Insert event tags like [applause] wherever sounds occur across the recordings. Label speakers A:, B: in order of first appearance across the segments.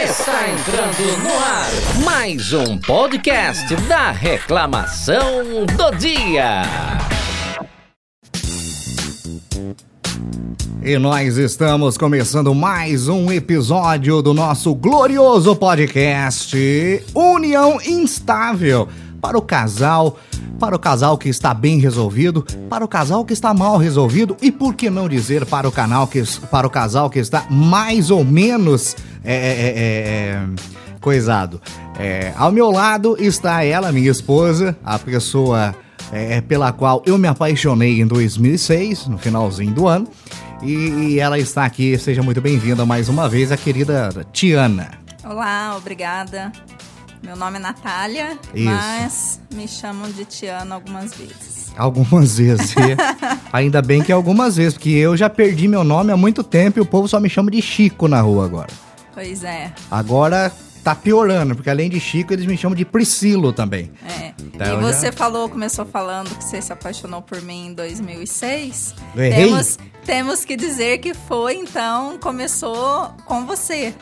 A: Está entrando no ar mais um podcast da reclamação do dia.
B: E nós estamos começando mais um episódio do nosso glorioso podcast União Instável. Para o casal, para o casal que está bem resolvido, para o casal que está mal resolvido e por que não dizer para o canal que para o casal que está mais ou menos é, é, é, é, coisado. É, ao meu lado está ela, minha esposa, a pessoa é, pela qual eu me apaixonei em 2006, no finalzinho do ano. E, e ela está aqui, seja muito bem-vinda mais uma vez, a querida Tiana.
C: Olá, obrigada. Meu nome é Natália,
B: Isso.
C: mas me chamam de Tiana algumas vezes.
B: Algumas [laughs] vezes. e Ainda bem que algumas vezes, porque eu já perdi meu nome há muito tempo e o povo só me chama de Chico na rua agora.
C: Pois é,
B: Agora tá piorando, porque além de Chico, eles me chamam de Priscilo também.
C: é.
B: Então,
C: e você
B: já-
C: falou, começou falando que você se apaixonou por mim em 2006.
B: Eu errei?
C: Temos, temos que dizer que foi, então, começou com você.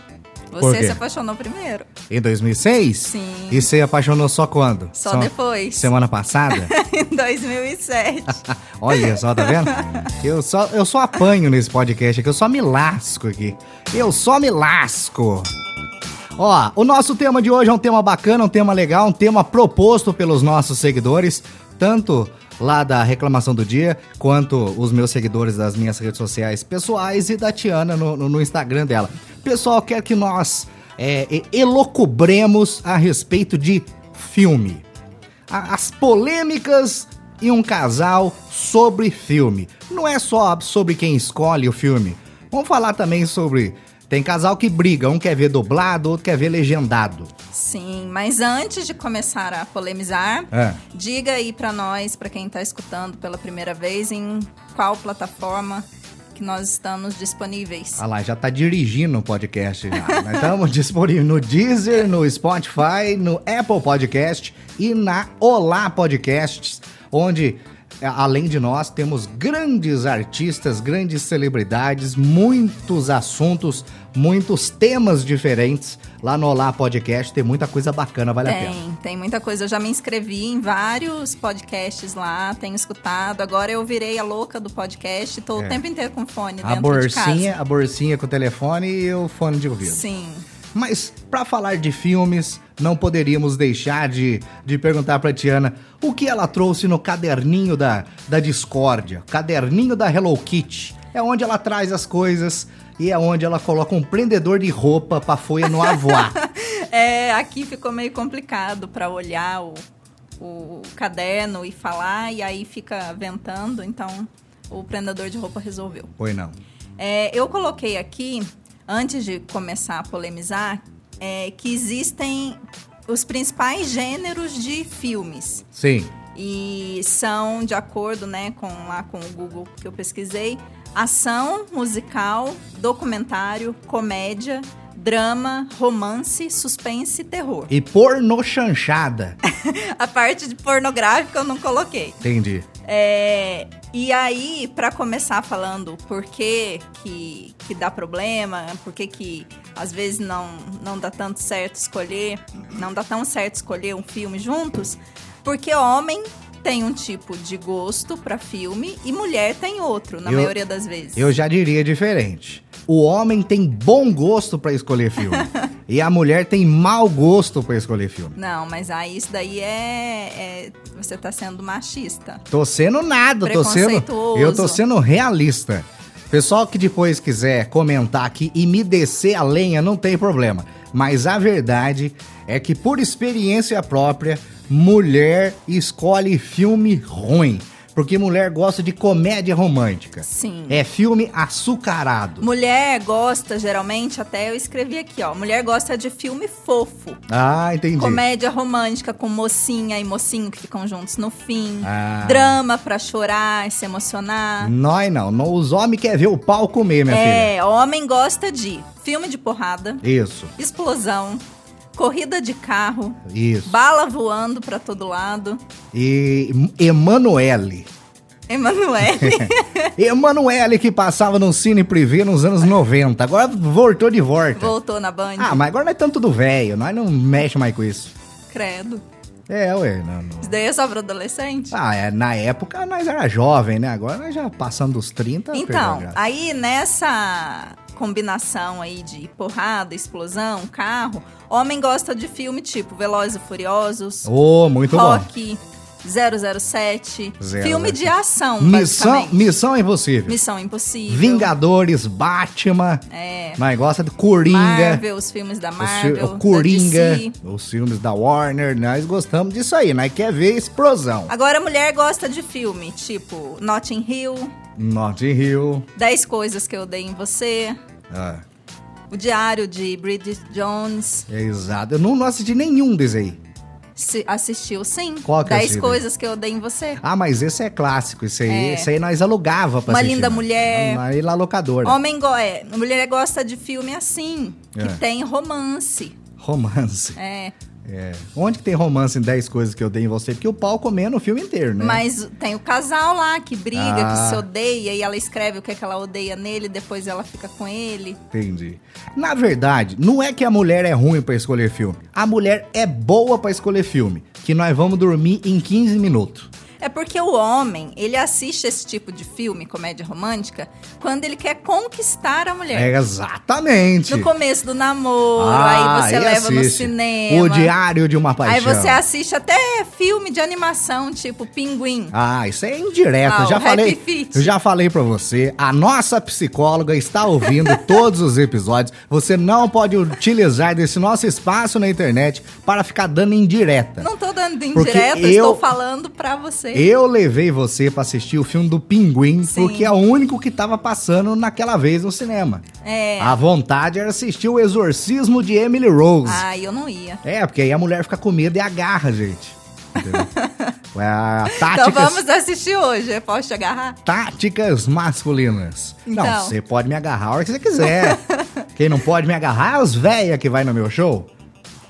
B: Por quê?
C: Você se apaixonou primeiro.
B: Em 2006?
C: Sim.
B: E você apaixonou só quando?
C: Só
B: Sema-
C: depois.
B: Semana passada?
C: [laughs] em 2007.
B: [laughs] Olha só, tá vendo? Eu só, eu só apanho nesse podcast aqui, eu só me lasco aqui. Eu só me lasco. Ó, o nosso tema de hoje é um tema bacana, um tema legal, um tema proposto pelos nossos seguidores, tanto lá da Reclamação do Dia, quanto os meus seguidores das minhas redes sociais pessoais e da Tiana no, no- no Instagram dela. Pessoal, quer que nós é, e- elocubremos a respeito de filme. A- as polêmicas e um casal sobre filme. Não é só sobre quem escolhe o filme. Vamos falar também sobre. Tem casal que briga, um quer ver dublado, outro quer ver legendado.
C: Sim, mas antes de começar a polemizar,
B: É.
C: diga aí pra nós, pra quem tá escutando pela primeira vez, em qual plataforma que nós estamos disponíveis.
B: Ah lá, já tá dirigindo o podcast já. Nós estamos disponíveis no Deezer, no Spotify, no Apple Podcast e na Olá Podcasts, onde, a- além de nós, temos grandes artistas, grandes celebridades, muitos assuntos, muitos temas diferentes. Lá no Olá Podcast tem muita coisa bacana, vale a pena.
C: Tem, tem muita coisa. Eu já me inscrevi em vários podcasts lá, tenho escutado. Agora eu virei a louca do podcast, tô
B: É.
C: o tempo inteiro com fone
B: A é
C: dentro de
B: bolsinha, a bolsinha com o telefone e o fone de ouvido.
C: casa. Sim. [laughs]
B: Mas pra falar de filmes, não poderíamos deixar de, de perguntar pra Tiana o que ela trouxe no caderninho da, da discórdia, caderninho da Hello Kitty. É onde ela traz as coisas e é onde ela coloca um prendedor de roupa pra folha no avoar.
C: É, aqui ficou meio complicado pra olhar o, o caderno e falar, e aí fica ventando, então o prendedor de roupa resolveu.
B: Foi não.
C: É, eu coloquei aqui, antes de começar a polemizar, é, que existem os principais gêneros de filmes.
B: Sim.
C: E são, de acordo né, com, lá com o Google que eu pesquisei, ação, musical, documentário, comédia, drama, romance, suspense e terror.
B: E porno chanchada.
C: A parte de pornográfica eu não coloquei.
B: Entendi.
C: É, e aí, pra começar falando por que, que, que dá problema, por que, que às vezes não, não dá tanto certo escolher, não dá tão certo escolher um filme juntos, porque homem tem um tipo de gosto pra filme e mulher tem outro, na
B: Eu-
C: maioria das vezes.
B: Eu já diria diferente. O homem tem bom gosto pra escolher filme. e a mulher tem mau gosto pra escolher filme.
C: Não, mas aí isso daí é. é- você tá sendo machista.
B: Tô sendo nada, tô sendo.
C: Preconceituoso.
B: Eu tô sendo realista. Pessoal que depois quiser comentar aqui e me descer a lenha, não tem problema. Mas a verdade é que, por experiência própria, mulher escolhe filme ruim. Porque mulher gosta de comédia romântica.
C: Sim.
B: É filme açucarado.
C: Mulher gosta, geralmente, até eu escrevi aqui, ó. Mulher gosta de filme fofo.
B: Ah, entendi.
C: Comédia romântica com mocinha e mocinho que ficam juntos no fim.
B: Ah.
C: Drama pra chorar e se emocionar.
B: Nós não, não. Os homens querem ver o pau comer, minha
C: é, homem gosta de filme de porrada,
B: filha. Isso,
C: explosão, corrida de carro,
B: isso.
C: bala voando pra todo lado.
B: E Emanuele. [laughs]
C: Emanuele.
B: Emanuele, que passava no Cine Privé nos anos 90. Agora voltou de volta.
C: Voltou na Band.
B: Ah, mas agora nós estamos tudo velho. Nós não mexe mais com isso.
C: Credo.
B: É, ué. Não, não.
C: Isso daí é só pra adolescente?
B: Ah, é, na época nós era jovem, né? Agora nós já passamos dos 30. perdeu a
C: então,
B: graça.
C: aí nessa combinação aí de porrada, explosão, carro, homem gosta de filme tipo Velozes e Furiosos,
B: Ô, muito bom.
C: Rock, 007,
B: Zero,
C: filme
B: né?
C: de ação,
B: Missão,
C: basicamente.
B: missão Impossível.
C: Missão Impossível.
B: Vingadores, Batman.
C: É.
B: Nós gosta de Coringa.
C: Marvel, os filmes da
B: os fi-
C: Marvel,
B: o Coringa,
C: da DC.
B: os filmes da Warner, nós gostamos disso aí, nós quer ver explosão.
C: Agora a mulher gosta de filme, tipo Notting Hill,
B: Norte Hill,
C: 10 coisas que eu odeio em você,
B: ah,
C: O Diário de Bridget Jones.
B: é exato. Eu não, não assisti nenhum desses aí.
C: Se- assistiu sim?
B: Qual que é eu
C: 10
B: assisti?
C: coisas que eu odeio em você.
B: Ah, mas esse é clássico, esse aí,
C: É.
B: esse aí nós alugava pra
C: Uma
B: assistir.
C: Linda
B: né?
C: Mulher.
B: Aí lá locadora.
C: Homem go é, mulher gosta de filme assim, que
B: É.
C: tem romance.
B: Romance.
C: É,
B: É. Onde que tem romance em 10 coisas que eu dei em você? Porque o pau comendo o filme inteiro, né?
C: mas tem o casal lá que briga,
B: Ah.
C: que se odeia e ela escreve o que, é que ela odeia nele, depois ela fica com ele.
B: Entendi. Na verdade, não é que a mulher é ruim pra escolher filme. A mulher é boa pra escolher filme. Que nós vamos dormir em 15 minutos.
C: É porque o homem, ele assiste esse tipo de filme, comédia romântica, quando ele quer conquistar a mulher.
B: É, exatamente.
C: No começo do namoro, aí você
B: e
C: leva no
B: Ah, assiste.
C: cinema.
B: O Diário de uma Paixão.
C: Aí você assiste até filme de animação, tipo Pinguim.
B: Ah, isso é indireta.
C: Ah,
B: eu
C: o
B: já
C: Happy
B: falei,
C: Feet.
B: eu já falei para você. A nossa psicóloga está
C: [laughs]
B: ouvindo todos os episódios. Você não pode utilizar desse nosso espaço na internet para ficar dando indireta.
C: Não tô
B: Ah.
C: dando
B: Porque
C: indireta,
B: eu-
C: estou falando pra você.
B: Eu levei você pra assistir o filme do Pinguim,
C: Sim.
B: porque é o único que tava passando naquela vez no cinema.
C: É.
B: A vontade era assistir o Exorcismo de Emily Rose.
C: Ah, eu não ia.
B: É, porque aí a mulher fica com medo e agarra,
C: [laughs]
B: gente. Entendeu? É, a táticas,
C: Então vamos assistir hoje. Eu posso te agarrar?
B: táticas masculinas. Não,
C: Então.
B: você pode me agarrar a hora que você
C: [laughs]
B: quiser. Quem não pode me agarrar é os véia que vai no meu show.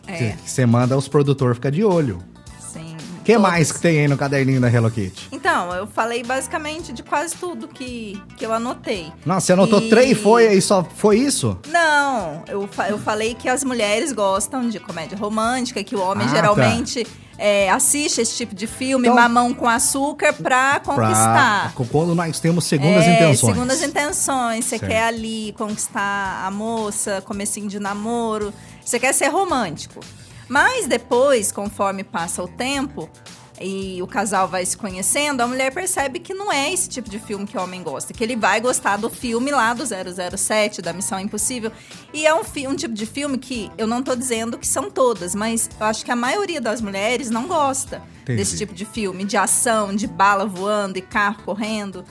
C: É,
B: Que Você manda os produtores ficar de olho.
C: sim.
B: O que
C: todos.
B: mais que tem aí no caderninho da Hello Kitty?
C: Então, eu falei basicamente de quase tudo que, que eu anotei.
B: Nossa, você anotou
C: E-
B: três folhas e só foi isso?
C: Não, eu, fa- eu falei que as mulheres gostam de comédia romântica, que o homem
B: Ah, tá.
C: geralmente é, assiste esse tipo de filme,
B: Então-
C: mamão com açúcar, pra
B: Pra-
C: conquistar.
B: Quando nós temos segundas
C: É,
B: intenções.
C: Segundas intenções. Você
B: Certo.
C: quer ali conquistar a moça, comecinho de namoro. Você quer ser romântico. Mas depois, conforme passa o tempo e o casal vai se conhecendo, a mulher percebe que não é esse tipo de filme que o homem gosta. Que ele vai gostar do filme lá do 007, da Missão Impossível. E é um, fi- um tipo de filme que eu não tô dizendo que são todas, mas eu acho que a maioria das mulheres não gosta
B: Entendi.
C: desse tipo de filme, de ação, de bala voando e carro correndo.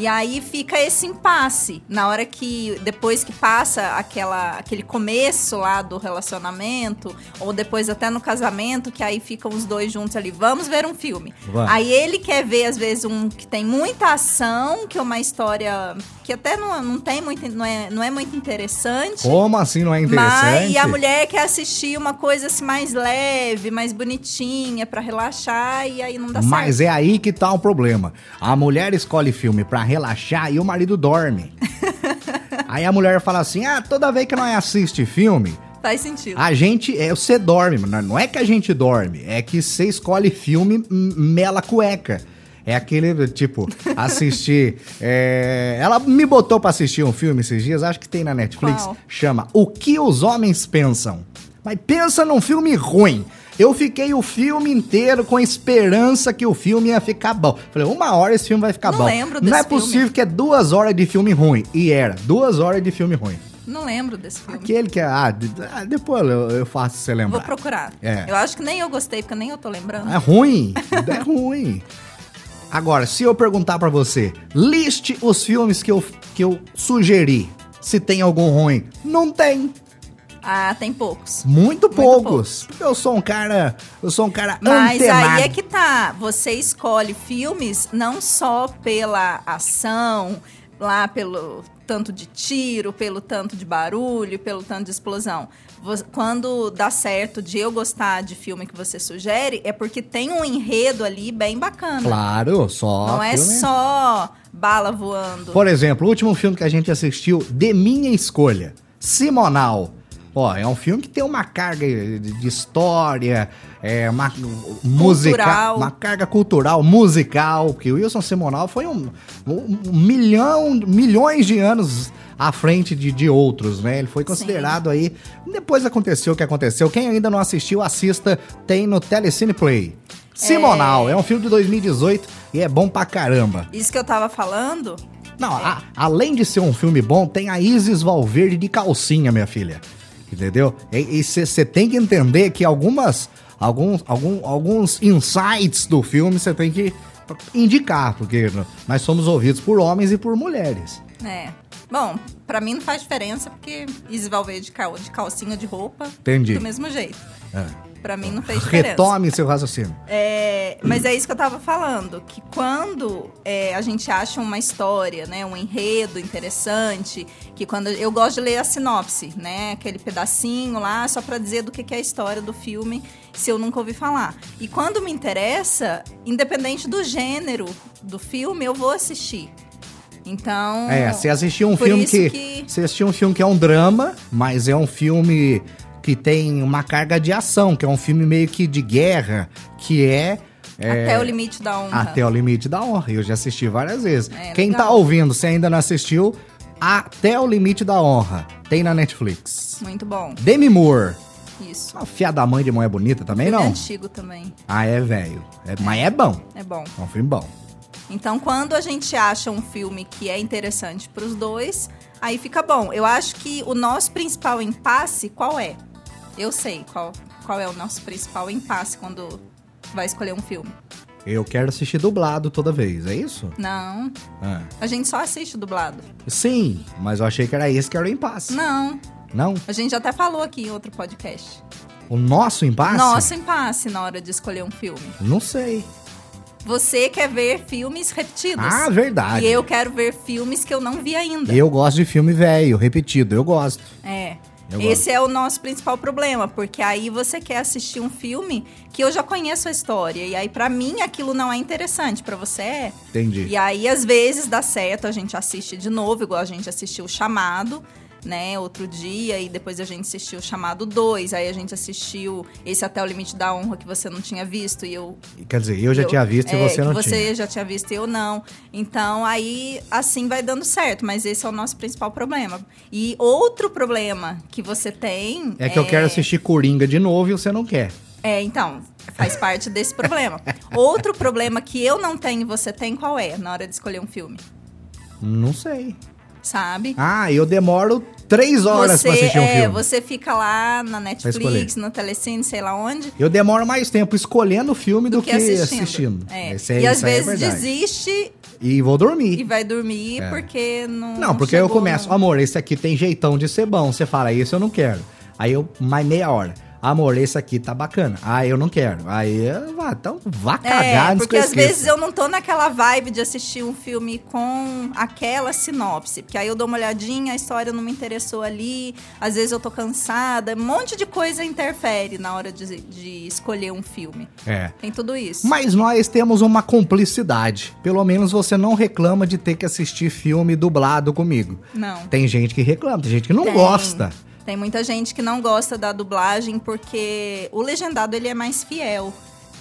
C: E aí fica esse impasse. Na hora que. Depois que passa aquela, aquele começo lá do relacionamento, ou depois até no casamento, que aí ficam os dois juntos ali. Vamos ver um filme.
B: Vamos.
C: Aí ele quer ver, às vezes, um que tem muita ação, que é uma história que até não, não tem muito. Não é, não é muito interessante.
B: Como assim não é interessante?
C: Mas e a mulher quer assistir uma coisa assim, mais leve, mais bonitinha, pra relaxar, e aí não dá certo.
B: Mas é aí que tá o problema. A mulher escolhe filme pra relaxar e o marido
C: [laughs]
B: dorme. aí a mulher fala assim: ah, toda vez que nós assiste filme,
C: Faz sentido.
B: a gente. É, você dorme. Mas Não é que a gente dorme, é que você escolhe filme hum, mela cueca. É aquele,
C: [laughs]
B: tipo, assistir. é, ela me botou pra assistir um filme esses dias, acho que tem na Netflix.
C: Qual?
B: Chama O que os homens pensam. Mas pensa num filme ruim. Eu fiquei o filme inteiro com a esperança que o filme ia ficar bom. Falei, uma hora esse filme vai ficar
C: Não
B: bom.
C: lembro
B: Não é
C: desse filme.
B: possível que é duas horas de filme ruim. E era, duas horas de filme ruim.
C: Não lembro desse filme.
B: Aquele que é. Ah, de- ah, depois eu, eu faço você
C: Vou
B: lembrar.
C: procurar.
B: É.
C: Eu acho que nem eu gostei, porque nem eu tô lembrando.
B: É ruim. é ruim. Agora, se eu perguntar pra você, liste os filmes que eu, que eu sugeri. Se tem algum ruim. Não tem.
C: Ah, tem poucos.
B: Muito poucos.
C: poucos.
B: Eu sou um cara. Eu sou um cara
C: Mas
B: antenado.
C: aí é que tá. Você escolhe filmes não só pela ação, lá pelo tanto de tiro, pelo tanto de barulho, pelo tanto de explosão. Vo- Quando dá certo de eu gostar de filme que você sugere, é porque tem um enredo ali bem bacana.
B: Claro, só.
C: tá. Não é
B: filme-
C: só bala voando.
B: Por exemplo, o último filme que a gente assistiu, de minha escolha, Simonal. Ó, é um filme que tem uma carga de de história, é uma musical, uma carga cultural, musical, porque o Wilson Simonal foi um, um- um milhão, milhões de anos à frente de, de outros, né? Ele foi considerado aí. Depois aconteceu o que aconteceu. Quem ainda não assistiu, assista, tem no Telecine Play. Simonal, é um filme de 2018 e é bom pra caramba.
C: Isso que eu tava falando,
B: Não, a- além de ser um filme bom, tem a Isis Valverde de calcinha, minha filha. Entendeu? E você tem que entender que algumas. Alguns, algum- alguns insights do filme você tem que indicar, porque nós somos ouvidos por homens e por mulheres.
C: né? Bom, pra mim não faz diferença, porque Isval veio de, cal- de calcinha de roupa
B: Entendi.
C: do mesmo jeito.
B: É.
C: Pra mim não fez diferença.
B: Retome seu raciocínio.
C: É, mas é isso que eu tava falando, que quando é, a gente acha uma história, né, um enredo interessante, que quando eu gosto de ler a sinopse, né, aquele pedacinho lá só pra dizer do que, que é a história do filme, se eu nunca ouvi falar. E quando me interessa, independente do gênero do filme, eu vou assistir. Então,
B: É, você assistiu um
C: por
B: filme
C: isso
B: que,
C: que-
B: Você assistiu um filme que é um drama, mas é um filme que tem uma carga de ação, que é um filme meio que de guerra, que é. é,
C: até o limite da honra.
B: Até o Limite da Honra. Eu já assisti várias vezes.
C: É,
B: Quem
C: legal.
B: tá ouvindo, se ainda não assistiu, Até o Limite da Honra. Tem na Netflix.
C: Muito bom.
B: Demi Moore.
C: Isso.
B: Uma fia da mãe de mãe é bonita também,
C: Filme
B: não?
C: antigo também.
B: Ah, é velho. É- mas é bom.
C: É bom.
B: É um filme bom.
C: Então, quando a gente acha um filme que é interessante para os dois, aí fica bom. Eu acho que o nosso principal impasse, qual é? Eu sei qual, qual é o nosso principal impasse quando vai escolher um filme.
B: Eu quero assistir dublado toda vez, é isso?
C: Não,
B: Ah.
C: a gente só assiste dublado.
B: Sim, mas eu achei que era esse que era o impasse.
C: Não,
B: Não?
C: a gente até falou aqui em outro podcast.
B: O nosso impasse?
C: Nosso impasse na hora de escolher um filme.
B: Não sei.
C: Você quer ver filmes repetidos.
B: Ah, verdade.
C: e eu quero ver filmes que eu não vi ainda.
B: Eu gosto de filme velho, repetido, eu gosto.
C: É.
B: Eu
C: Esse é o nosso principal problema, porque aí você quer assistir um filme que eu já conheço a história. E aí, pra mim, aquilo não é interessante. pra você é.
B: Entendi.
C: E aí, às vezes, dá certo, a gente assiste de novo, igual a gente assistiu o chamado, né? Outro dia, e depois a gente assistiu o chamado 2. Aí a gente assistiu esse Até o Limite da Honra que você não tinha visto. E eu
B: Quer dizer, eu já
C: eu-
B: tinha visto
C: é,
B: e você não
C: que
B: tinha.
C: Você já tinha visto e eu não. Então, aí, assim vai dando certo. Mas esse é o nosso principal problema. E outro problema que você tem...
B: É que eu quero assistir Coringa de novo e você não quer.
C: É, então, faz parte desse problema. Outro problema que eu não tenho e você tem, qual é? Na hora de escolher um filme,
B: Não sei.
C: sabe?
B: Ah, eu demoro três horas pra assistir um
C: é,
B: filme.
C: você fica lá na Netflix,
B: escolher.
C: no Telecine, sei lá onde...
B: Eu demoro mais tempo escolhendo o filme do,
C: Do
B: que,
C: que
B: assistindo.
C: assistindo.
B: É,
C: É.
B: isso aí-
C: e às
B: isso aí é
C: vezes
B: verdade.
C: desiste
B: E vou dormir.
C: e é vai dormir
B: É.
C: porque não.
B: Não, porque aí eu
C: chegou no-
B: começo, amor, esse aqui tem jeitão de ser bom. Você fala, isso eu não quero. Aí eu, mais meia hora. Amor, esse aqui tá bacana. Ah, eu não quero. Aí, eu- vá, então vá cagar
C: É,
B: antes que
C: porque
B: eu
C: às
B: esqueça.
C: vezes eu não tô naquela vibe de assistir um filme com aquela sinopse. Porque aí eu dou uma olhadinha, a história não me interessou ali, às vezes eu tô cansada, um monte de coisa interfere na hora de, de escolher um filme.
B: É.
C: Tem tudo isso.
B: Mas nós temos uma cumplicidade. Pelo menos você não reclama de ter que assistir filme dublado comigo.
C: Não.
B: Tem gente que reclama, tem gente que não
C: Tem.
B: gosta.
C: Tem muita gente que não gosta da dublagem porque o legendado ele é mais fiel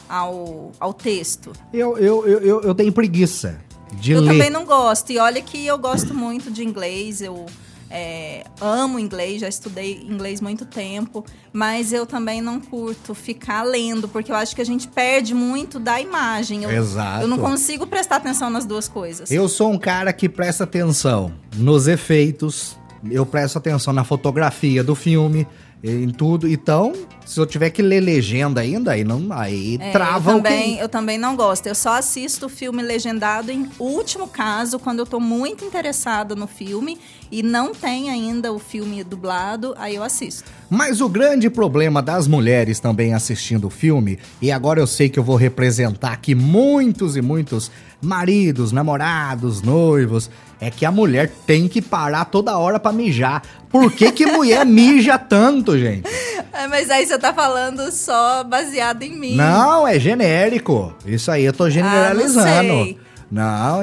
C: ao, ao texto.
B: Eu, eu, eu, eu, eu tenho preguiça de
C: eu
B: ler.
C: também não gosto. E olha que eu gosto muito de inglês, eu é, amo inglês, já estudei inglês muito tempo, mas eu também não curto ficar lendo, porque eu acho que a gente perde muito da imagem. Eu,
B: Exato.
C: eu não consigo prestar atenção nas duas coisas.
B: Eu sou um cara que presta atenção nos efeitos, eu presto atenção na fotografia do filme, em tudo. Então, se eu tiver que ler legenda ainda, aí, não, aí
C: É,
B: trava
C: eu
B: o
C: também,
B: que...
C: eu também não gosto. Eu só assisto filme legendado em último caso, quando eu tô muito interessada no filme e não tem ainda o filme dublado, aí eu assisto.
B: Mas o grande problema das mulheres também assistindo o filme, e agora eu sei que eu vou representar aqui muitos e muitos maridos, namorados, noivos, é que a mulher tem que parar toda hora pra mijar. Por que que
C: [laughs]
B: mulher mija tanto, gente?
C: É, mas aí você tá falando só baseado em mim.
B: Não, é genérico. Isso aí eu tô generalizando. não,
C: Ah, sei.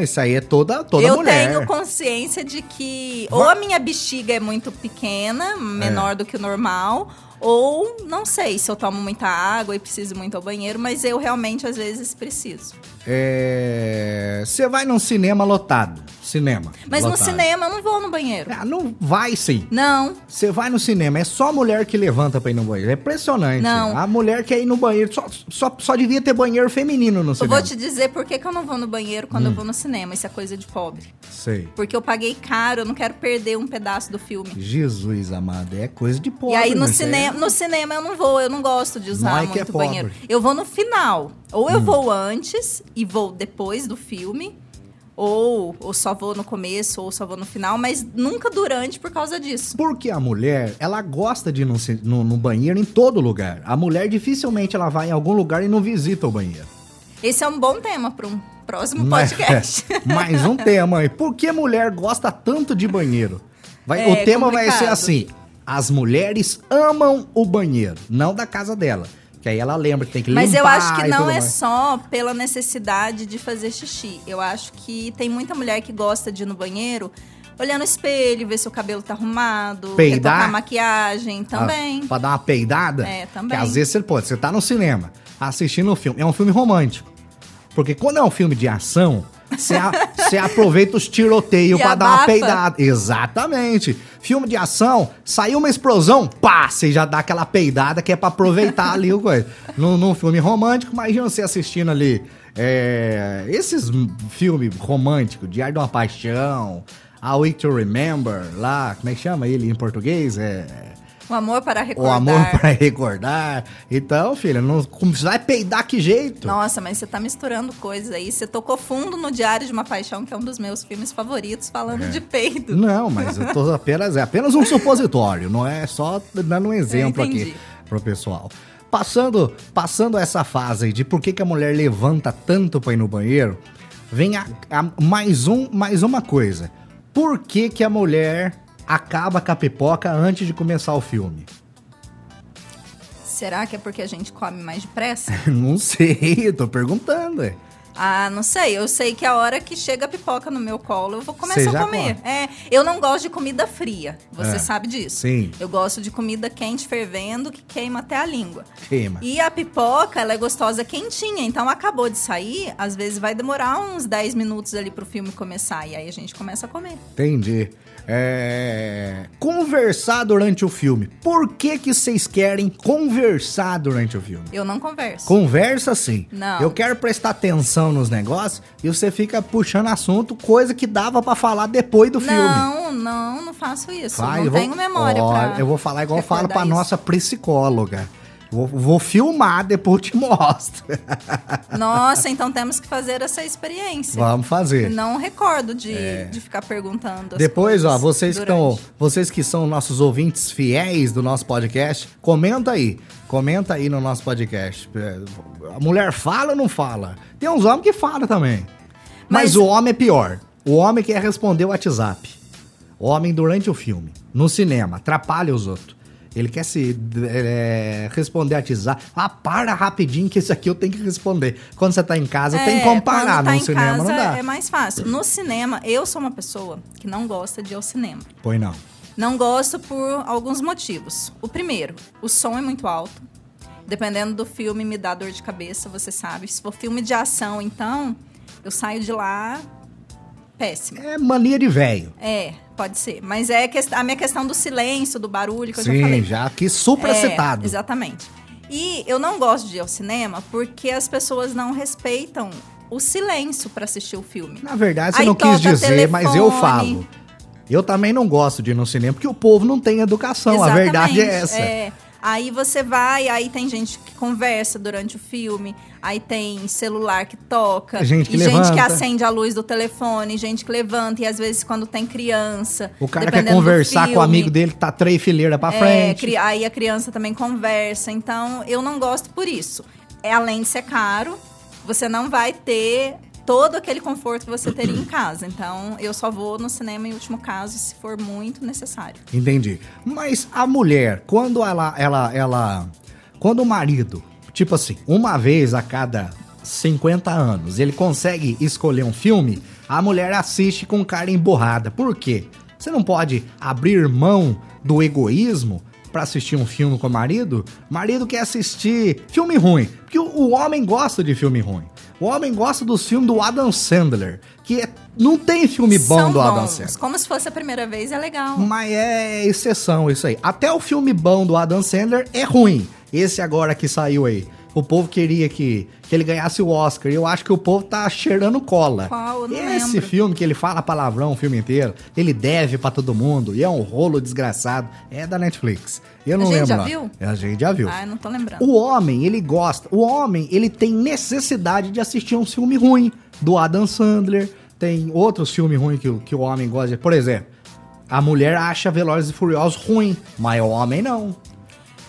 B: isso aí é toda, toda
C: eu
B: mulher.
C: tenho consciência de que
B: Va-
C: ou a minha bexiga é muito pequena, menor
B: É.
C: do que o normal, ou não sei se eu tomo muita água e preciso muito ao banheiro, mas eu realmente às vezes preciso.
B: É, Você vai num cinema lotado. Cinema.
C: Mas
B: lotado.
C: no cinema eu não vou no banheiro.
B: Ah, não vai sim.
C: Não.
B: Você vai no cinema, é só mulher que levanta pra ir no banheiro. É impressionante.
C: Não.
B: A mulher quer ir no banheiro. Só, só, só devia ter banheiro feminino no
C: Eu
B: cinema. Hum.
C: vou te dizer por que, que eu não vou no banheiro quando eu vou no cinema. Isso é coisa de pobre.
B: Sei.
C: Porque eu paguei caro, eu não quero perder um pedaço do filme.
B: Jesus amado, é coisa de pobre.
C: e aí no
B: mas é-
C: cinema, no cinema eu não vou, eu não gosto de
B: Não é
C: usar
B: que é
C: muito
B: pobre. Hum.
C: banheiro. Eu vou no final. Ou eu vou antes e vou depois do filme, ou, ou só vou no começo, ou só vou no final, mas nunca durante por causa disso.
B: Porque a mulher, ela gosta de ir no, ci- no- no banheiro em todo lugar. A mulher dificilmente ela vai em algum lugar e não visita o banheiro.
C: Esse é um bom tema para um próximo
B: Mas- [laughs]
C: podcast.
B: Né? Mais um tema aí. Por que mulher gosta tanto de banheiro? Vai-
C: É,
B: o tema vai ser
C: complicado.
B: assim: as mulheres amam o banheiro, não da casa dela. Que aí ela lembra que tem que limpar.
C: Mas eu acho que
B: e
C: não
B: tudo
C: é
B: mais.
C: só pela necessidade de fazer xixi. Eu acho que tem muita mulher que gosta de ir no banheiro olhar no espelho, ver se o cabelo tá arrumado,
B: Peidar?
C: retocar a maquiagem também.
B: Ah, pra dar uma peidada?
C: É, também.
B: Que às vezes você pode, você tá no cinema, assistindo um filme. É um filme romântico. Porque quando é um filme de ação, você,
C: [laughs]
B: a- você aproveita os tiroteios
C: E
B: pra dar uma
C: abafa.
B: peidada. Exatamente. Filme de ação, saiu uma explosão, pá, você já dá aquela peidada que é pra aproveitar ali o
C: [laughs]
B: coisa. Num, num filme romântico, imagina você assistindo ali. é, esses filmes românticos, Diário de uma Paixão, A Week to Remember, lá, como é que chama ele em português? É.
C: O amor para
B: O
C: recordar.
B: amor pra recordar. Então, filha, não como você vai peidar que jeito?
C: Nossa, mas você tá misturando coisas aí. Você tocou fundo no Diário de uma Paixão, que é um dos meus filmes favoritos,
B: É.
C: falando de peido.
B: Não, mas eu tô apenas é apenas um supositório, não é só dando um exemplo
C: entendi.
B: aqui pro pessoal. Passando, passando essa fase aí de por que, que a mulher levanta tanto pra ir no banheiro, vem a, a- mais um, mais uma coisa. Por que que a mulher acaba com a pipoca antes de começar o filme? [laughs]
C: Será que é porque a gente come mais depressa?
B: Não sei, tô perguntando. é.
C: Ah, não sei. Eu sei que a hora que chega a pipoca no meu colo, eu vou
B: Você
C: começar
B: já
C: a comer. É, eu não gosto de comida fria. Você
B: É,
C: sabe disso.
B: sim.
C: Eu gosto de comida quente, fervendo, que queima até a língua.
B: Queima.
C: E a pipoca, ela é gostosa quentinha. Então, acabou de sair, às vezes vai demorar uns 10 minutos ali pro filme começar. E aí a gente começa a comer.
B: Entendi. É... Conversar durante o filme. Por que que vocês querem conversar durante o filme?
C: Eu não converso.
B: Conversa sim.
C: Não.
B: Eu quero prestar atenção nos negócios e você fica puxando assunto, coisa que dava pra falar depois do filme.
C: Não, não, não faço isso.
B: Vai,
C: não
B: eu vou-
C: tenho memória
B: Olha,
C: pra.
B: Eu vou falar igual eu falo pra
C: recordar isso.
B: nossa psicóloga. Vou, vou filmar, depois eu te mostro.
C: Nossa, então temos que fazer essa experiência.
B: Vamos fazer.
C: Não recordo de, de ficar perguntando. as
B: É. Depois, ó,
C: coisas
B: vocês que, estão,
C: durante.
B: vocês que são nossos ouvintes fiéis do nosso podcast, comenta aí. Comenta aí no nosso podcast. É, A mulher fala ou não fala? Tem uns homens que falam também. Mas,
C: Mas-
B: o homem é pior. O homem quer responder o WhatsApp. O homem durante o filme, no cinema, atrapalha os outros. Ele quer se é, responder WhatsApp. Ah, para rapidinho que isso aqui eu tenho que responder. Quando você tá em casa, tem que
C: É,
B: comparar.
C: quando tá
B: no
C: em
B: cinema
C: casa,
B: não dá.
C: É mais fácil. No cinema, eu sou uma pessoa que não gosta de ir ao cinema.
B: Pois não.
C: Não gosto por alguns motivos. O primeiro, o som é muito alto. Dependendo do filme, me dá dor de cabeça, você sabe. Se for filme de ação, então, eu saio de lá péssima.
B: É mania de velho.
C: É, pode ser. Mas é que- a minha questão do silêncio, do barulho, que eu já
B: Sim,
C: falei.
B: já aqui supracitado.
C: É, exatamente. E eu não gosto de ir ao cinema porque as pessoas não respeitam o silêncio pra assistir o filme.
B: Na verdade, você
C: Aí
B: não quis
C: toca
B: dizer, mas eu
C: telefone.
B: falo. Eu também não gosto de ir no cinema, porque o povo não tem educação. A Então, verdade é essa.
C: É. Aí você vai, aí tem gente que conversa durante o filme, aí tem celular que toca,
B: Gente que
C: e gente que
B: levanta.
C: acende a luz do telefone, gente que levanta, e às vezes quando tem criança.
B: O cara quer
C: dependendo do
B: conversar com o
C: filme,
B: amigo dele que tá três fileiras pra
C: é,
B: frente.
C: cri- aí a criança também conversa. Então, eu não gosto por isso. É, além de ser caro, você não vai ter todo aquele conforto que você teria em casa. Então, eu só vou no cinema em último caso, se for muito necessário.
B: Entendi. Mas a mulher, quando ela, ela, ela. Quando o marido, tipo assim, uma vez a cada 50 anos, ele consegue escolher um filme, a mulher assiste com cara emborrada. Por quê? Você não pode abrir mão do egoísmo pra assistir um filme com o marido? Marido quer assistir filme ruim, porque o, o homem gosta de filme ruim. O homem gosta dos filmes do Adam Sandler, que é- não tem filme bom
C: São
B: do Adam
C: bons.
B: Sandler.
C: Como se fosse a primeira vez, é legal.
B: Mas é exceção isso aí. Até o filme bom do Adam Sandler é ruim. Esse agora que saiu aí. O povo queria que, que ele ganhasse o Oscar. E eu acho que o povo tá cheirando cola.
C: Qual? Eu não
B: Esse
C: lembro.
B: filme que ele fala palavrão o filme inteiro, ele deve pra todo mundo. E é um rolo desgraçado. É da Netflix. Eu não
C: A gente
B: lembro.
C: já
B: não.
C: viu?
B: A gente já viu.
C: Ah, eu não tô lembrando.
B: O homem, ele gosta. O homem, ele tem necessidade de assistir um filme ruim. Do Adam Sandler. Tem outros filmes ruins que, o- que o homem gosta. de- Por exemplo, a mulher acha Velozes e Furiosos ruim. Mas o homem não.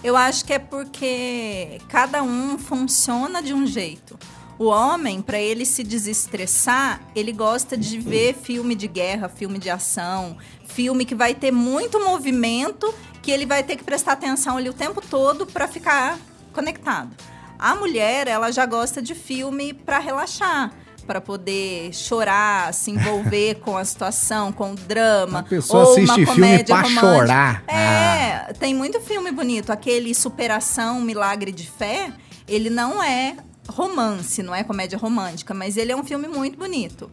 C: Eu acho que é porque cada um funciona de um jeito. O homem, pra ele se desestressar, ele gosta de ver filme de guerra, filme de ação, filme que vai ter muito movimento, que ele vai ter que prestar atenção ali o tempo todo pra ficar conectado. A mulher, ela já gosta de filme pra relaxar, pra poder chorar,
B: [laughs]
C: se envolver com a situação, com o drama,
B: A pessoa assiste filme pra chorar. Ah.
C: É, tem muito filme bonito. Aquele Superação, Milagre de Fé, ele não é romance, não é comédia romântica, mas ele é um filme muito bonito.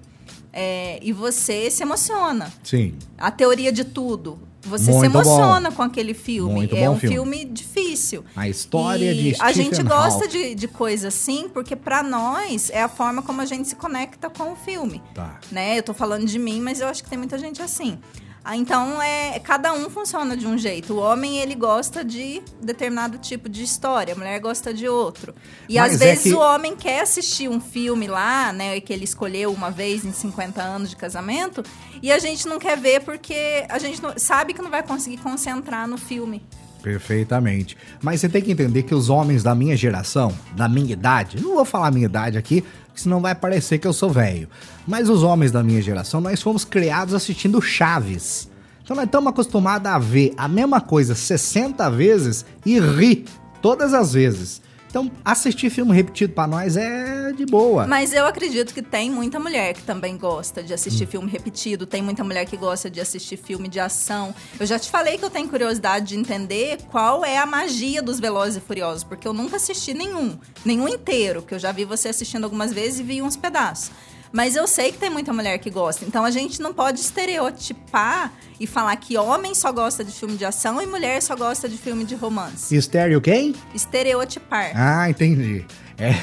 C: É, e você se emociona.
B: Sim.
C: A teoria de tudo. Você se
B: Muito bom.
C: emociona com aquele filme.
B: Muito
C: é
B: bom
C: um
B: filme.
C: filme. difícil.
B: A história
C: E
B: de
C: A
B: Stephen
C: gente gosta
B: Hawking.
C: de, de coisa assim, porque pra nós é a forma como a gente se conecta com o filme
B: Tá.
C: né? Eu tô falando de mim, mas eu acho que tem muita gente assim. Ah, Então, é, cada um funciona de um jeito. O homem, ele gosta de determinado tipo de história, a mulher gosta de outro. E
B: Mas
C: às
B: é
C: vezes
B: que-
C: o homem quer assistir um filme lá, né, que ele escolheu uma vez em 50 anos de casamento, e a gente não quer ver porque a gente não- sabe que não vai conseguir concentrar no filme.
B: Perfeitamente. Mas você tem que entender que os homens da minha geração, da minha idade, não vou falar a minha idade aqui, porque senão vai parecer que eu sou velho. Mas os homens da minha geração, nós fomos criados assistindo Chaves. Então nós estamos acostumados a ver a mesma coisa 60 vezes e rir todas as vezes. Então assistir filme repetido pra nós é de boa.
C: Mas eu acredito que tem muita mulher que também gosta de assistir
B: Hum.
C: filme repetido, tem muita mulher que gosta de assistir filme de ação. Eu já te falei que eu tenho curiosidade de entender qual é a magia dos Velozes e Furiosos, porque eu nunca assisti nenhum, nenhum inteiro, que eu já vi você assistindo algumas vezes e vi uns pedaços. Mas eu sei que tem muita mulher que gosta, então a gente não pode estereotipar e falar que homem só gosta de filme de ação e mulher só gosta de filme de romance.
B: Estéreo quem?
C: Estereotipar.
B: Ah, entendi. É.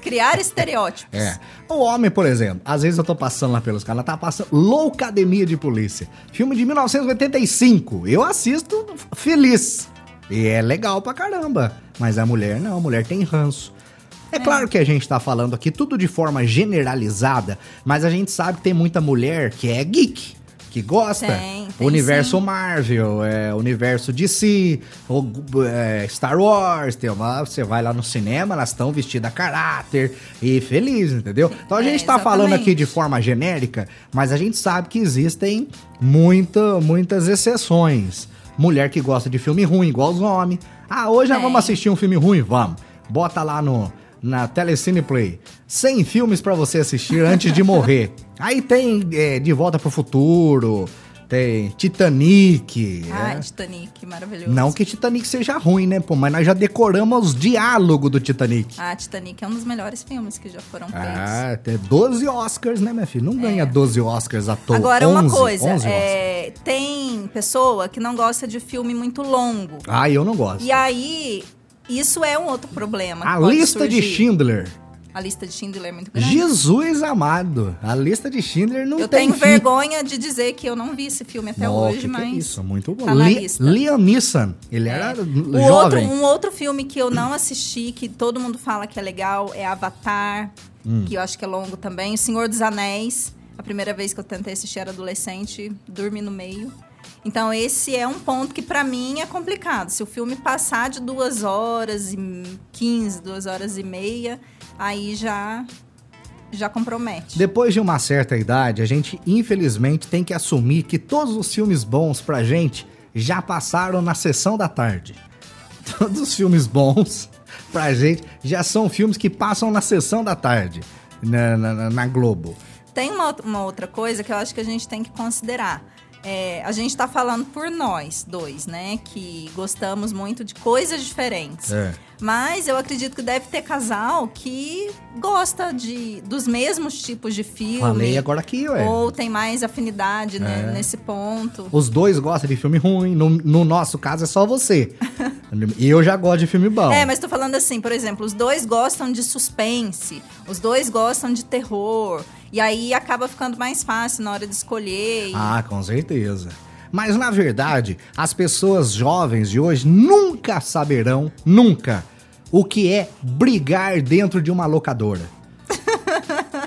C: Criar estereótipos.
B: É. O homem, por exemplo, às vezes eu tô passando lá pelos caras, tá passando Loucademia de Polícia. Filme de 1985. Eu assisto feliz. E é legal pra caramba. Mas a mulher não, a mulher tem ranço. É claro que a gente tá falando aqui tudo de forma generalizada, mas a gente sabe que tem muita mulher que é geek, que gosta.
C: Tem, tem
B: universo
C: sim.
B: Marvel, é, universo DC, ou, é, Star Wars, tem uma, você vai lá no cinema, elas estão vestidas a caráter e feliz, entendeu? Então a
C: É,
B: gente tá falando aqui de
C: exatamente.
B: forma genérica, mas a gente sabe que existem muita, muitas exceções. Mulher que gosta de filme ruim, igual os homens. Ah, hoje nós
C: Tem.
B: vamos assistir um filme ruim? Vamos. Bota lá no na Telecine Play. 100 filmes pra você assistir antes de
C: [laughs]
B: morrer. Aí tem é, De Volta pro Futuro, tem Titanic.
C: Ai,
B: é.
C: Titanic, maravilhoso.
B: Não que Titanic seja ruim, né? Pô, mas nós já decoramos os diálogos do Titanic.
C: Ah, Titanic é um dos melhores filmes que já foram feitos.
B: Ah, tem 12 Oscars, né, minha filha? Não ganha 12 Oscars à toa.
C: É. Agora,
B: 11,
C: uma coisa,
B: 11 Oscars.
C: é, tem pessoa que não gosta de filme muito longo.
B: Ah, eu não gosto.
C: E aí, isso é um outro problema. que
B: a
C: pode
B: lista de
C: surgir.
B: Schindler.
C: A lista de Schindler é muito grande.
B: Jesus amado, a lista de Schindler não
C: eu
B: tem
C: tenho
B: fim.
C: vergonha de dizer que eu não vi esse filme até
B: Nossa,
C: hoje,
B: que é
C: mas.
B: isso, muito bom.
C: tá na
B: Li-
C: lista. É.
B: Liam Neeson, ele era
C: O outro,
B: Uhum, jovem.
C: um outro filme que eu não assisti, que todo mundo fala que é legal, é Avatar, que eu acho que é longo também. O Senhor dos Anéis. A primeira vez que eu tentei assistir era adolescente, dormi no meio. Então, esse é um ponto que, pra mim, é complicado. Se o filme passar de duas horas e 15, duas horas e meia, aí já, já compromete.
B: Depois de uma certa idade, a gente infelizmente tem que assumir que todos os filmes bons pra gente já passaram na sessão da tarde. [laughs] Todos os filmes bons pra gente já são filmes que passam na sessão da tarde, na, na- na- na Globo.
C: Tem uma, outra- uma outra coisa que eu acho que a gente tem que considerar. É, a gente tá falando por nós dois, né? Que gostamos muito de coisas diferentes.
B: É.
C: Mas eu acredito que deve ter casal que gosta de, dos mesmos tipos de filme.
B: Falei agora aqui, ué. É.
C: ou tem mais afinidade né, nesse ponto.
B: Os dois gostam de filme ruim, no, no nosso caso é só
C: [laughs]
B: você. E eu já gosto de filme bom.
C: É, mas tô falando assim, por exemplo, os dois gostam de suspense, os dois gostam de terror. E aí acaba ficando mais fácil na hora de escolher. e-
B: Ah, com certeza. Mas na verdade, as pessoas jovens de hoje nunca saberão, nunca, o que é brigar dentro de uma locadora.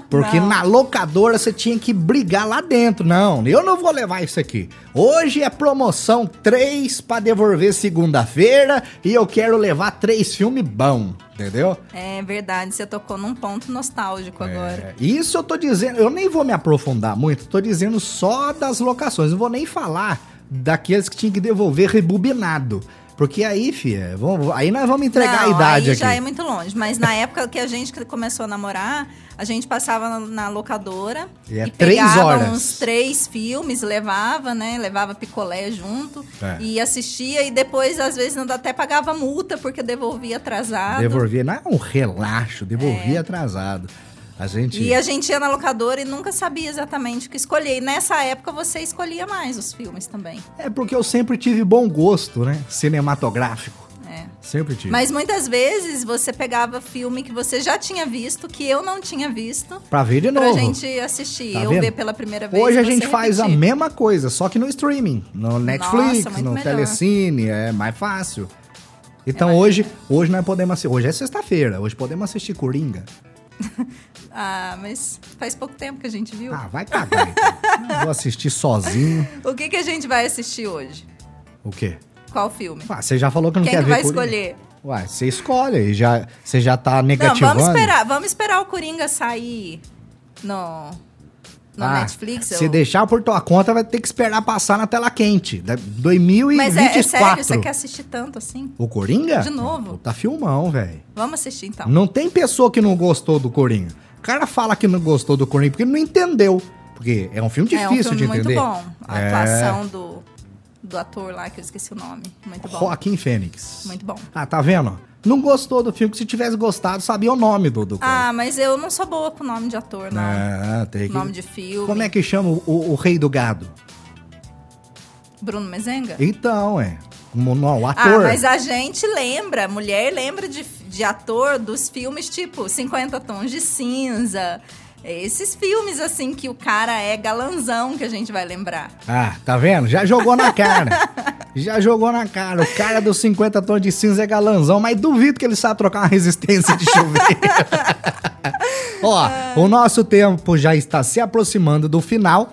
B: Porque na locadora você tinha que brigar lá dentro. Não, eu não vou levar isso aqui. Hoje é promoção 3 pra devolver segunda-feira e eu quero levar três filmes bom, entendeu?
C: É verdade, você tocou num ponto nostálgico agora.
B: É, Isso eu tô dizendo, eu nem vou me aprofundar muito, tô dizendo só das locações, não vou nem falar daqueles que tinha que devolver rebobinado. Porque aí, fia, vamos- aí nós vamos entregar
C: Não,
B: a idade
C: aí
B: aqui.
C: já é muito longe. Mas na época que a gente que começou a namorar, a gente passava na, na locadora
B: E é três
C: pegava
B: horas.
C: uns três filmes, levava, né? Levava picolé junto
B: É.
C: e assistia. E depois, às vezes, não até pagava multa porque devolvia atrasado.
B: Devolver não é um relaxo, devolver atrasado. A gente.
C: É. E a gente ia na locadora e nunca sabia exatamente o que escolher. E nessa época você escolhia mais os filmes também.
B: É porque eu sempre tive bom gosto, né? Cinematográfico.
C: É.
B: Sempre tive.
C: Mas muitas vezes você pegava filme que você já tinha visto, que eu não tinha visto,
B: Pra ver de
C: pra
B: novo.
C: gente assistir.
B: Tá
C: eu
B: vendo?
C: ver pela primeira vez.
B: Hoje a
C: você
B: gente faz a
C: repetir.
B: mesma coisa, só que no streaming, no Netflix,
C: muito
B: no
C: melhor. É
B: Telecine, é mais fácil. Então hoje, hoje nós podemos assistir, hoje é sexta-feira, hoje podemos assistir Coringa.
C: Ah, mas faz pouco tempo que a gente viu.
B: Ah, vai cagar. então.
C: [laughs]
B: Não vou assistir sozinho.
C: O que, que a gente vai assistir hoje?
B: O quê?
C: Qual filme?
B: Ah, você já falou que não
C: Quem
B: quer
C: que
B: ver
C: vai
B: Coringa.
C: escolher?
B: Uai, você escolhe aí, já, você já tá
C: Não,
B: negativando.
C: vamos esperar. Vamos esperar o Coringa sair no, no
B: Ah,
C: Netflix.
B: Se
C: ou-
B: deixar por tua conta, vai ter que esperar passar na tela quente.
C: é,
B: da- 2024.
C: Mas é, é sério, você quer assistir tanto assim?
B: O Coringa?
C: De novo?
B: Tá filmão, velho.
C: Vamos assistir então.
B: Não tem pessoa que não gostou do Coringa. O cara fala que não gostou do Coringa porque não entendeu. Porque é um filme difícil
C: é um filme
B: de
C: muito
B: entender.
C: bom. A
B: É.
C: atuação do, do ator lá, que eu esqueci o nome. Muito bom.
B: Joaquim Fênix.
C: Muito bom.
B: Ah, tá vendo? Não gostou do filme, que se tivesse gostado, sabia o nome do, do Coringa.
C: Ah, mas eu não sou boa com nome de ator, não.
B: Ah, tem que...
C: Nome de filme.
B: Como é que chama o, o- o rei do gado?
C: Bruno Mezenga?
B: Então, é. Como não, o
C: Ah,
B: ator.
C: mas a gente lembra, mulher lembra de, de ator dos filmes tipo 50 Tons de Cinza. Esses filmes, assim, que o cara é galanzão que a gente vai lembrar.
B: Ah, tá vendo? Já jogou na cara. Já jogou na cara. O cara dos 50 tons de cinza é galanzão, mas duvido que ele sabe trocar uma resistência de chuveiro. Ó, o nosso tempo já está se aproximando do final,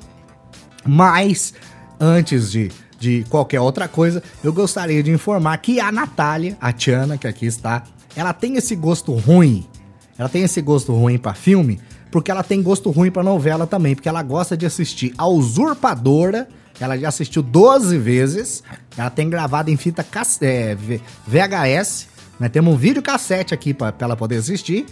B: mas antes de, de qualquer outra coisa, eu gostaria de informar que a Natália, a Tiana, que aqui está, ela tem esse gosto ruim. Ela tem esse gosto ruim pra filme, porque ela tem gosto ruim pra novela também, porque ela gosta de assistir A Usurpadora. Ela já assistiu 12 vezes. Ela tem gravado em fita cas- é, V- VHS. Nós temos um vídeo cassete aqui pra, pra ela poder assistir.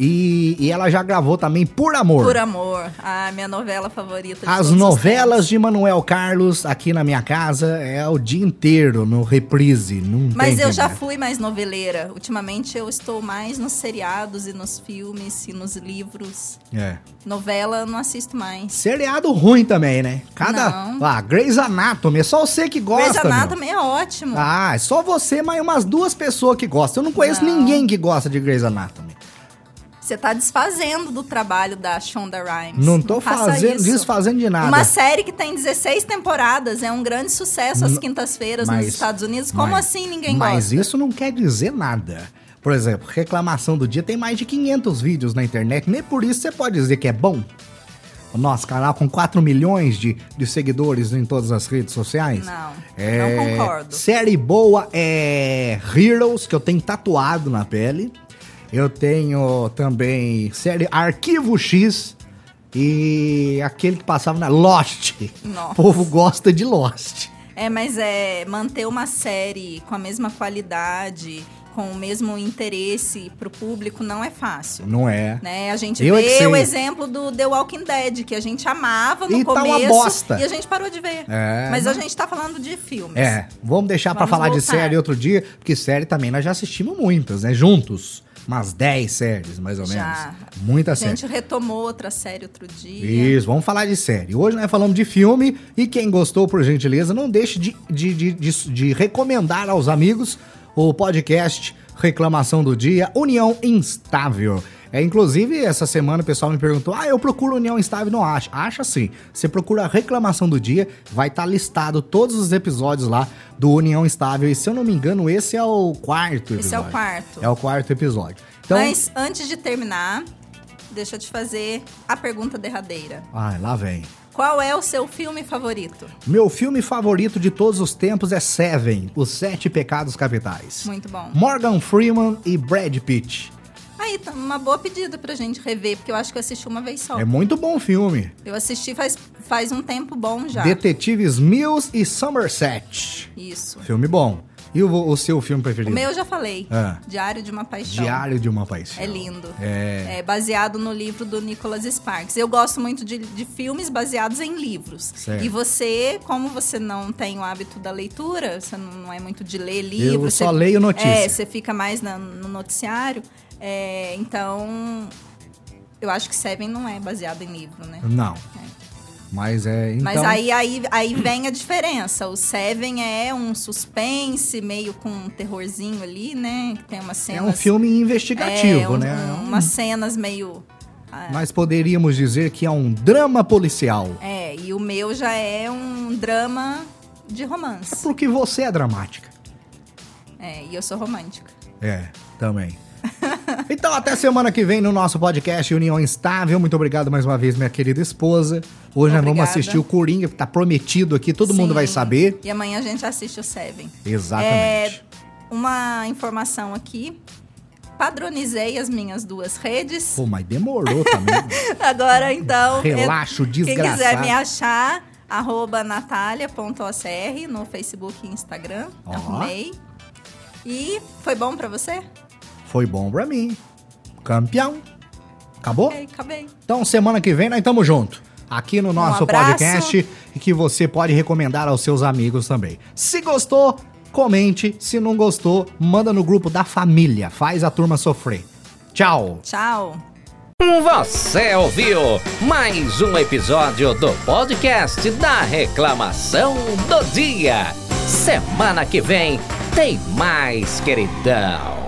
B: E, e ela já gravou também Por Amor.
C: Por amor. Ah, minha novela favorita. de
B: As
C: todos os
B: novelas
C: tempos.
B: de Manuel Carlos aqui na minha casa é o dia inteiro no reprise. Não
C: Mas
B: tem
C: eu já
B: jeito.
C: fui mais noveleira. Ultimamente eu estou mais nos seriados e nos filmes e nos livros.
B: É.
C: Novela eu não assisto mais.
B: Seriado ruim também, né? Cada.
C: Não.
B: Ah, Grey's Anatomy. É só você que gosta.
C: Grey's
B: meu.
C: Anatomy é ótimo.
B: Ah, é só você, mas umas duas pessoas que gostam. Eu não conheço ninguém que gosta de Grey's Anatomy.
C: Se Você tá desfazendo do trabalho da Shonda Rhimes.
B: Não tô
C: faça
B: fazendo,
C: isso.
B: desfazendo de nada.
C: Uma série que tem 16 temporadas, é um grande sucesso às
B: Não,
C: quintas-feiras
B: mas-
C: nos Estados Unidos. Como
B: mas-
C: assim ninguém
B: Mas
C: gosta?
B: isso não quer dizer nada. Por exemplo, reclamação do dia tem mais de 500 vídeos na internet, nem por isso você pode dizer que é bom. O nosso canal com 4 milhões de, de seguidores em todas as redes sociais.
C: Não,
B: É,
C: não concordo.
B: Série boa é Heroes, que eu tenho tatuado na pele. Eu tenho também série Arquivo X e aquele que passava na Lost.
C: Nossa.
B: O povo gosta de Lost.
C: É, mas é manter uma série com a mesma qualidade, com o mesmo interesse pro público não é fácil.
B: Não é?
C: Né? A gente
B: Eu é que
C: vê
B: sei.
C: o exemplo do The Walking Dead, que a gente amava no
B: E tá uma
C: começo
B: bosta.
C: e a gente parou de ver.
B: É,
C: mas a
B: não-
C: gente tá falando de filmes.
B: É, vamos deixar pra
C: Vamos
B: falar de
C: voltar.
B: série outro dia, porque série também nós já assistimos muitas, né? Juntos. Umas 10 séries, mais ou
C: Já.
B: menos. Muita
C: A
B: série.
C: gente retomou outra série outro dia.
B: Isso, vamos falar de série. Hoje nós falamos de filme e quem gostou, por gentileza, não deixe de, de, de, de- de recomendar aos amigos o podcast Reclamação do Dia União Instável. É, inclusive, essa semana o pessoal me perguntou: ah, eu procuro União Instável e não acho. Acha sim. Você procura Reclamação do Dia, vai estar listado todos os episódios lá do União Instável. E se eu não me engano, esse é o quarto episódio.
C: Esse é o quarto.
B: É o quarto episódio. Então,
C: Mas antes de terminar, deixa eu te fazer a pergunta derradeira.
B: ai, lá vem.
C: Qual é o seu filme favorito?
B: Meu filme favorito de todos os tempos é Seven, Os Sete Pecados Capitais.
C: Muito bom.
B: Morgan Freeman e Brad Pitt.
C: Aí, tá uma boa pedida pra gente rever, porque eu acho que eu assisti uma vez só.
B: É muito bom filme.
C: Eu assisti faz, faz um tempo bom já.
B: Detetives Mills e Somerset.
C: Isso.
B: Filme bom. E o, o seu filme
C: O
B: preferido?
C: meu eu já falei.
B: Ah.
C: Diário de uma Paixão.
B: Diário de uma Paixão.
C: É lindo.
B: É.
C: É baseado no livro do Nicholas Sparks. Eu gosto muito de, de filmes baseados em livros.
B: Certo.
C: E você, como você não tem o hábito da leitura, você não não é muito de ler
B: Eu
C: livros.
B: só leio notícia.
C: É, você fica mais na- no noticiário. É, então, eu acho que Seven não é baseado em livro, né?
B: Não. Mas é. Então,
C: Mas aí, aí, aí vem a diferença. O Seven é um suspense, meio com um terrorzinho ali, né? Que tem umas
B: É
C: cenas.
B: um filme investigativo,
C: é, um-
B: né?
C: um- umas cenas meio. ah,
B: Mas poderíamos dizer que é um drama policial.
C: É, e o meu já é um drama de romance.
B: Porque você é dramática.
C: É, e eu sou romântica.
B: É, também. [laughs] então, até semana que vem no nosso podcast União Instável. Muito obrigado mais uma vez, minha querida esposa. Hoje nós vamos
C: Obrigada.
B: assistir o Coringa, que tá prometido aqui, todo mundo
C: Sim.
B: vai saber.
C: E amanhã a gente assiste o Seven.
B: Exatamente.
C: É. Uma informação aqui. Padronizei as minhas duas redes.
B: Pô, mas demorou
C: [laughs]
B: também.
C: Agora então. é-
B: Relaxo,
C: Quem quiser
B: desgraçado.
C: me achar, arroba natalia.ocr no Facebook e Instagram.
B: Ó.
C: Arrumei. E foi bom pra você?
B: Foi bom pra mim. Campeão. Acabou?
C: Ok, acabei.
B: Então, semana que vem nós estamos junto. Aqui no nosso
C: abraço.
B: podcast e que você pode recomendar aos seus amigos também. Se gostou, comente. Se não gostou, manda no grupo da família. Faz a turma sofrer. Tchau.
C: Tchau.
A: Você ouviu mais um episódio do podcast da reclamação do dia. Semana que vem tem mais, queridão.